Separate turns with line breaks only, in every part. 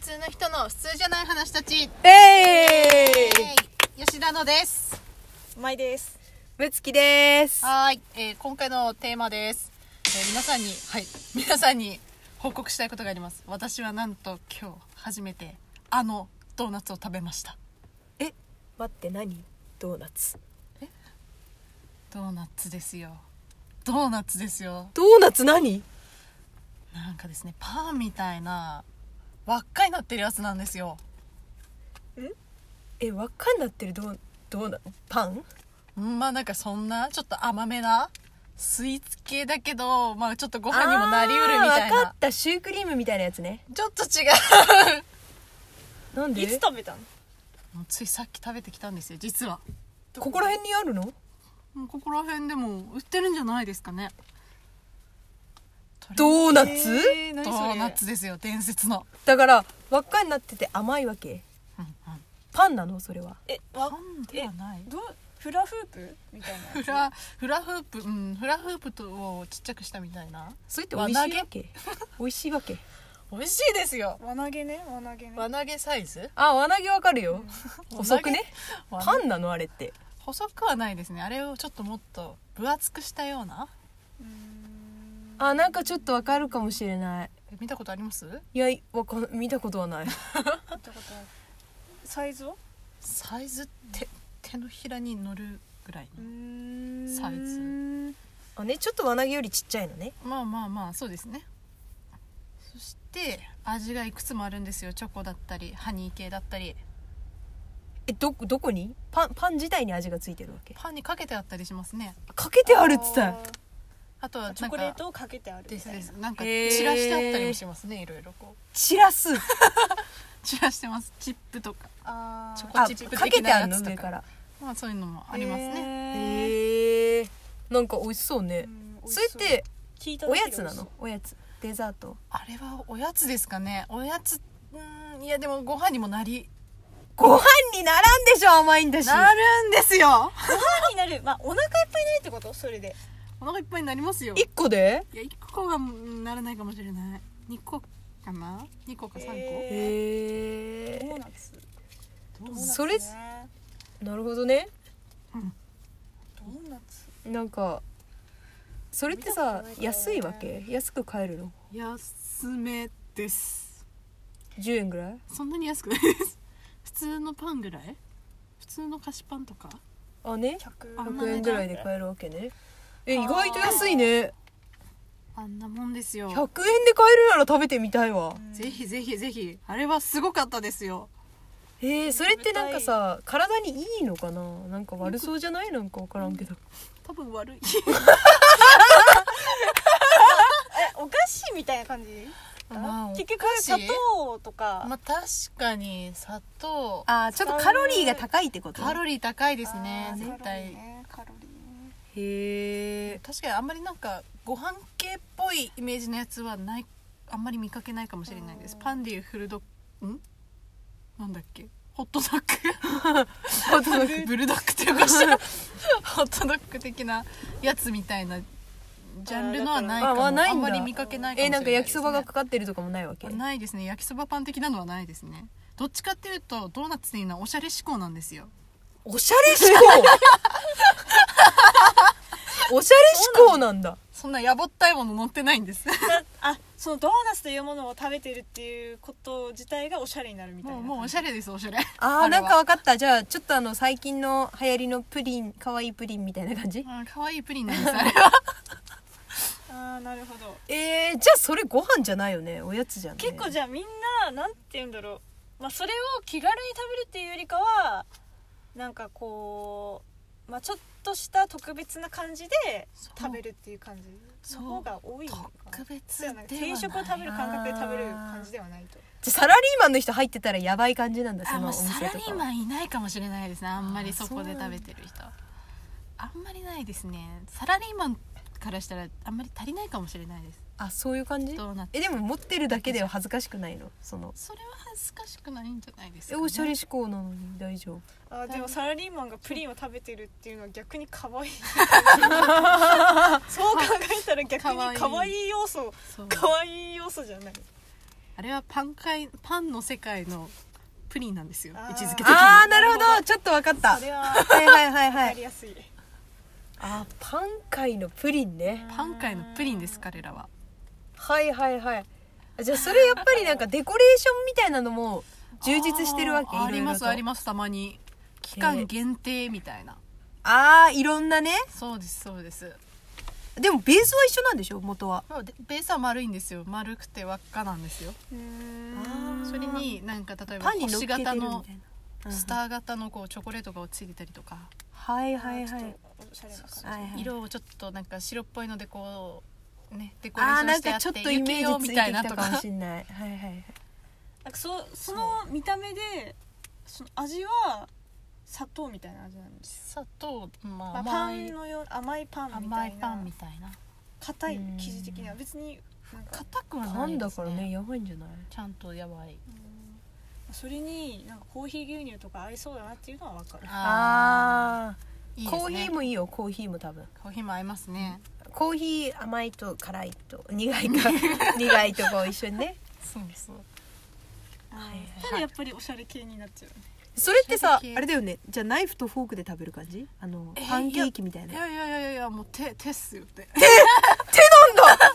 通の人の普通じゃない話たち。
え
イエーイ吉田のです。
まいです。
ぶつきです。
はい、えー今回のテーマです。えー皆さんに、はい、皆さんに報告したいことがあります。私はなんと今日初めてあのドーナツを食べました。
待って何？ドーナツ。
ドーナツですよ。ドーナツですよ。
ドーナツ何？
なんかですね、パンみたいな輪っかになってるやつなんですよ。
え、輪っかになってるドードーナパン？
うんまあなんかそんなちょっと甘めなスイーツ系だけどまあちょっとご飯にもなりうるみたい
あーわか
な
った。シュークリームみたいなやつね。
ちょっと違う
なんで？
いつ食べたの？
もうついさっき食べてきたんですよ実は
ここら辺にあるの？
もうここら辺でも売ってるんじゃないですかね
ドーナツ？
えー、何
ド
それ
ーナツですよ伝説の
だから輪っかになってて甘いわけ。
うんうん
パンなのそれは。
え、わ
パ、ンではない
どうフラフープみたい
フ
な
ラフラフープうんフラフープとをちっちゃくしたみたいな
それって美味しいわけ？ 美味しいわけ。
美味しいですよ
輪投げね、輪投げね。
輪投げサイズ
あ、輪投げわかるよ。細くね。
輪投げ
パンなのあれって。
細くはないですねあれをちょっともっと分厚くしたような
うーん
あ、なんかちょっとわかるかもしれない。
え見たことあります
いや、わかん見たことはない。
見たことあるサイズは？
サイズって手のひらに乗るぐらいの、サ
サ
イズ
あね、ちょっと輪投げよりちっちゃいのね。
まあまあまあそうですねそして味がいくつもあるんですよチョコだったりハニー系だったり
えどどこにパンパン自体に味がついてるわけ
パンにかけてあったりしますね
かけてあるっつったよ
あとはなんか
チョコレートをかけてあるみ
です
たいな
ですなんか
へー
散らしてあったりもしますねいろいろこう
散らす
散らしてますチップとか
あ
チョコ
あ
チップ
かけ
的
て
な
ある
や
の
つと
上
か
から
まあそういうのもありますね
ね。
へえなんか美味しそうねそれって
聞いただ
お
け
や
で美
つ
味
な
しそう
のおやつデザート
あれはおやつですかねおやつうんいやでもご飯にもなり
ご飯にならんでしょ甘いんだし
なるんですよ
パンになる。まあお腹いっぱいになるってこと？それで。
お腹いっぱいになりますよ
一個で
いや1個がうんならないかもしれない2個かな2個か3個、
え
へ
ドー
え
ナツ。
どう
ドーナツね
それ
ド
なるほどね
ーナツ。
なんかそれってさ
見たことないからね
安いわけ安く買えるの
安めです
10円ぐらい
そんなに安くないです普通のパンぐらい普通の菓子パンとか
あね
百
あんま
100円ぐらいで買えるわけねえ意外と安いね
あんなもんです
100円
よ
で買えるなら食べてみたいわ
ぜひぜひぜひあれはすごかったですよ
えー、それってなんかさ体にいいのかななんか悪そうじゃないなんか分からんけど
多分悪い
えお菓子みたいな感じ？
まあ
結局砂糖とか、
まあ確かに砂糖
あーちょっとカロリーが高いってこと
カロリー高いですね
あー
絶対、
カロリーね
へえ
確かにあんまりなんかご飯系っぽいイメージのやつはないあんまり見かけないかもしれないですパンでいうフルドんなんだっけホットドッ グ ブルドッグっていうかしらホットドッグ的なやカロリーねつみたいなジャンルのはないかも
あ
あ
ーない
ん
んだ
まり見かけないかもしれ
えな
ない
ん
です、ね、
か焼きそばがかかってるとかもないわけ
ないですね焼きそばパン的なのはないですねどっちかっていうとドーナツっていうのはおしゃれ志向なんですよ
おしゃれ 思考おしゃれ思考なんだ
そんなやぼったいもの乗ってないんです
だ あそのドーナツというものを食べてるっていうこと自体がおしゃれになるみたいな
もうもうおしゃれですおしゃれ
あー
あれ
な
は
んか分かったじゃあちょっとあの最近の流行りのプリン可愛いプリンみたいな感じ
うん可愛いプリン なんですあれは
あーなるほど、
えー、じゃあそれご飯じゃないよねおやつじゃん、ね、
結構じゃあみんななんて言うんだろう、まあ、それを気軽に食べるっていうよりかはなんかこう、まあ、ちょっとした特別な感じで
そう
食べるっていう感じ
そう
の方が多いのかな
特別
そ
で
うや
はな
な
んい
か定食を食べる感覚で食べる感じではない
じ
と
ゃあサラリーマンの人入ってたらやばい感じなんだそ
あ
の
も
お
う
店とか
サラリーマンいないかもしれないですねあんまり
あ
そこで
そうな
食
んだ
べてる人あんまりないですねサラリーマンからしたらあんまり足りないかもしれないです
あそういう感じ
ドーナツ
えでも持ってるだけでは恥ずかしくないのその
それは恥ずかしくないんじゃないです
え
か、
おしゃれ志向なのに大丈夫
あーでもサラリーマンがプリンを食べてるっていうのは逆に可 愛いそう考えたら逆に
可
可
愛
愛い要素
そう
可愛い要素じゃない
あれはパン界パンの世界のプリンなんですよ
あー
位置づけ的に
あー なるほどちょっと分かったは
そ
い
れは
はいはいは
やり
い
やすい
あーパン界のプリンね
パン界のプリンです彼らは
はいはいはいあじゃあそれやっぱりなんかデコレーションみたいなのも充実してるわけ
あーありますあり
ます
ますたまに期間限定みたいな
あーいろんなね
そうですそうです
でもベースは一緒なんでしょ元は
そうでベースは丸いんですよ丸くて輪っかなんですよ
うー
あ
ん
ー
それになんか例えば
パンに乗っ
星
けてるみた
型
い
の
な
スター型のこうチョコレートがついてたりとか、
はいはい
ち
は
ょっ
い
とおしゃれな感じ
はいはい
色をちょっとなんか白っぽいのでこうねデコレーシ
あー
ョン
な
し
ん
てあ
か
っ
ち
て
ょっとイメージついてきたかもし
雪
んないはいはいはい
なんかそその見た目でその味は砂糖みたいな味なんです
砂
よ、
糖、まあ、
まあ、パ
甘
ン
い
のよう甘いパンみたいな
甘いパンみたいな
硬い
うん
生地的には別になんか
硬くは
パ
ない
ン
で
だ
す
か
ね
らねやばいんじゃない
ちゃんとやばい
それになんかコーヒー牛乳とか合いそうだなっていうのはわかる
あ
ーいいですね
コーヒーもいいよコーヒーも多分
コーヒーも合いますね
コーヒー甘いと辛いと苦いか 苦いとこう一緒にね
そうそう
ただやっぱりおしゃれ系になっちゃう
それってさ
衝撃
あれだよねじゃあナイフとフォークで食べる感じあの
えー
パンケーキみたい
い
な、
やいやいやいやもう手手っすよ手
なんだ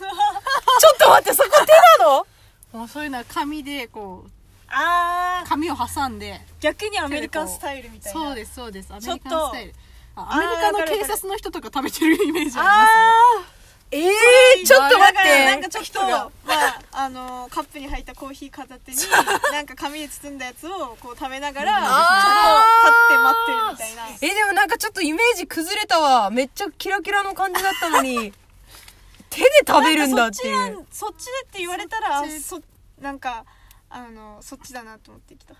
ちょっと待ってそこ手なの
もうそういうのは紙でこう
あー
紙を挟んで
逆にアメリカンスタイルみたいな
そうですすそうですアメ
ちょっ
リ
と
カンスタイルあアメリカ
あーわ
の
かる
警
わかる
察の人とか食べてるイメージありますね
あーえー、ちょっと待っ
だからなんか
て
ちょっとまああのカップに入ったコーヒー片手になんか紙で包んだやつをこう食べながらちょっと立って待ってるみたいな
えでもなんかちょっとイメージ崩れたわめっちゃキラキラの感じだったのに手で食べるんだってい
なん
う
かそっちだそっちだって言われたら
そっ
あ
ち
そなんかあのそっちだなと思ってきた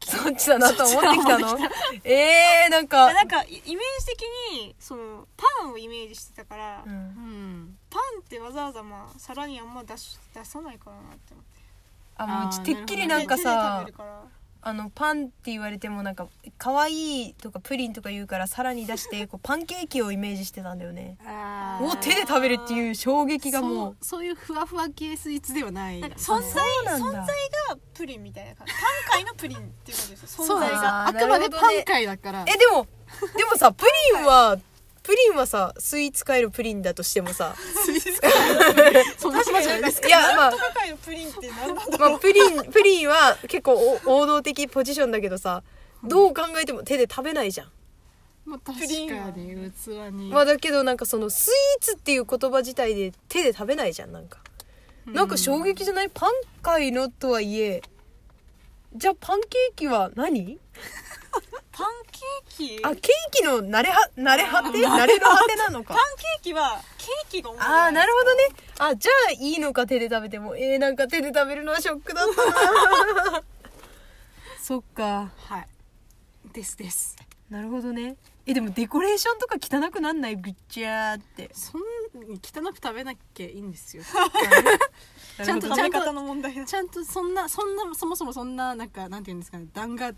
そっちだなと思ってきたのえー、なんか
なんかイイメージ的にそのパンをイメージしてたから、
うん
うん
パンってわざわざまあ皿にあんま出し出さないからなって思って
あもうち
あー
てっきり
な
な
る
ん
ほ
か
手
さ
で食べるから
あのパンって言われてもなんか可愛いとかプリンとか言うからさらに出してこうパンケーキをイメージしてたんだよね
あ
もう手で食べるっていう衝撃がもう
そうそういうふわふわ系スイーツではない
なんか存在
そうな
存
んだ
在がプリンみたいな感じパン界のプリンっていうことですよ
そ
存
うで
在
す
が
あ
あー
あくまで
なるほ
パ
どね
ン界だから
えでもでもさプリンはプリンはさスイーツ買えるプリンだとしてもさ
そんな島じゃないですか
いやまあ
パン界のプリンって何 なんだ
まあ、プリンプリンは結構お王道的ポジションだけどさどう考えても手で食べないじゃん、
まあ確か
リン
に器に、
まあ、だけどなんかそのスイーツっていう言葉自体で手で食べないじゃんなんか
う
なんか衝撃じゃないパン界のとはいえじゃあパンケーキは何
パンケーキ
あ
パ
ケ
ン
ーキの慣れは慣れ果て慣れの果てなのか
ケーキはケーキが重い
ああなるほどねあじゃあいいのか手で食べてもえー、なんか手で食べるのはショックだったなそっか
はいですです
なるほどねえでもデコレーションとか汚くなんないぐっちゃーって
そん汚く食べなきゃいいんですよ
ちゃんと
な
ち
るほ
ゃん
ど
食べ方の問題だ
ちゃんとそんなそんなそもそもそんななんかなんていうんですかね段が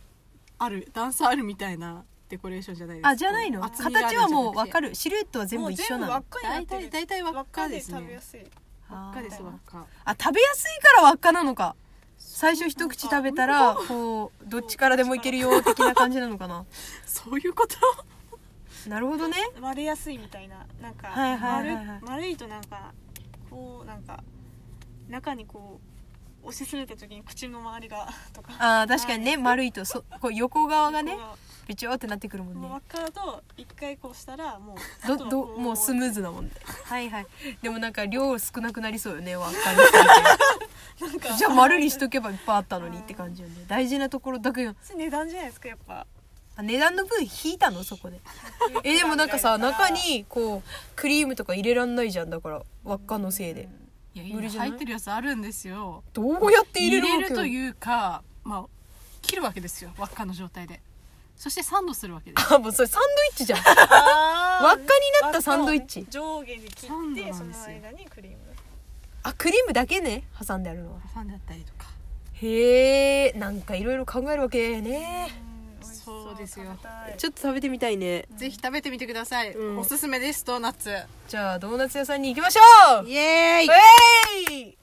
ある段差あるみたいなデコレーションじゃないです
あじゃないの形はもう分か
る
るシルエットは全部一緒な
もう
の
全部輪
大
っかにな
体
ってる
大体輪
輪
っ
っ
か
か
で
です食べ
ね
やすい
輪っかです輪っか
あ食べやすいから輪っかなのか最初一口食べたらこうどっちからでもいけるよ的な感じなのかな
そういうこと
なるほどね
割れやすいみたいななんか
はいはいはいはい
丸丸いとなんかこうなんか中にこう押し詰めた時に口の周りが とか
あー確かにね丸いとそこう横側がね
こ
ビチョーってなってくるも
うん
ね
もう輪っかだと一回こうしたらもう
ど
あとは
ど
こ
もうスムーズなもんねはいはいでもなんか量少なくなりそうよね輪っかにする
なんか
とじゃあ丸にしとけばいっぱいあったのにって感じよね大事なところだけど
それ値段じゃないですかやっぱ
あ値段の分引いたのそこでえでもなんかさ中にこうクリームとか入れらんないじゃんだから輪っかのせいで
いや
無
今
理じゃない
入ってるやつあるんですよ
どうやって
入
入れるわ
れ
け
るというかまあ切るわけですよ輪っかの状態でそしてサンドするわけです
あもうそれサンドイッチじゃん輪っ
輪
かになったサンドイッチ
上下に切
サンド
っ
なんで
て
す
そ
よ
の間にクリーム
あクリームだけね挟んであるのは
挟んであったりとか
へえんかいろいろ考えるわけね
うん美味し
そうですよ
食べたい
ちょっと食べてみたいね
ぜひ食べてみてください、
うん
おすすめですドーナツ
じゃあドーナツ屋さんに行きましょう
イエーイ
えい